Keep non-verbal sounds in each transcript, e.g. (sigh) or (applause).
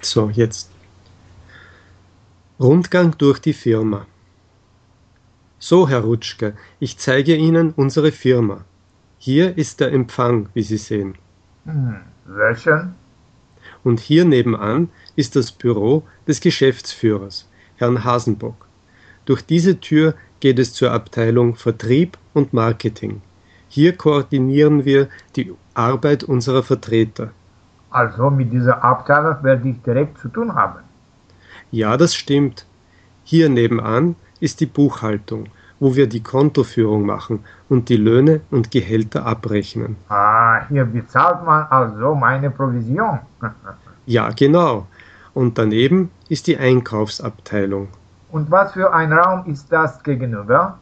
So, jetzt. Rundgang durch die Firma. So, Herr Rutschke, ich zeige Ihnen unsere Firma. Hier ist der Empfang, wie Sie sehen. Hm, welchen? Und hier nebenan ist das Büro des Geschäftsführers, Herrn Hasenbock. Durch diese Tür geht es zur Abteilung Vertrieb und Marketing. Hier koordinieren wir die Arbeit unserer Vertreter. Also mit dieser Abteilung werde ich direkt zu tun haben. Ja, das stimmt. Hier nebenan ist die Buchhaltung, wo wir die Kontoführung machen und die Löhne und Gehälter abrechnen. Ah, hier bezahlt man also meine Provision. (laughs) Ja, genau. Und daneben ist die Einkaufsabteilung. Und was für ein Raum ist das gegenüber?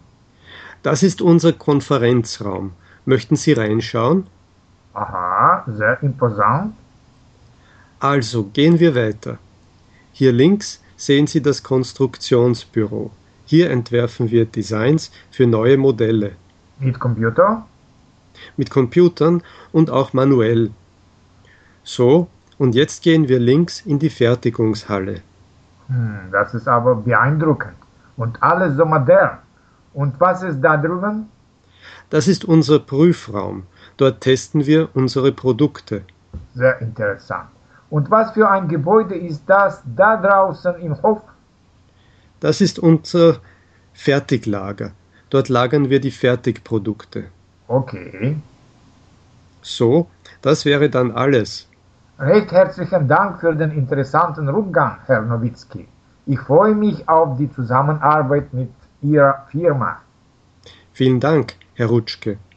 Das ist unser Konferenzraum. Möchten Sie reinschauen? Aha, sehr imposant. Also gehen wir weiter. Hier links sehen Sie das Konstruktionsbüro. Hier entwerfen wir Designs für neue Modelle. Mit Computer? Mit Computern und auch manuell. So, und jetzt gehen wir links in die Fertigungshalle. Hm, das ist aber beeindruckend. Und alles so modern. Und was ist da drüben? Das ist unser Prüfraum. Dort testen wir unsere Produkte. Sehr interessant. Und was für ein Gebäude ist das da draußen im Hof? Das ist unser Fertiglager. Dort lagern wir die Fertigprodukte. Okay. So, das wäre dann alles. Recht herzlichen Dank für den interessanten Rundgang, Herr Nowitzki. Ich freue mich auf die Zusammenarbeit mit Ihrer Firma. Vielen Dank, Herr Rutschke.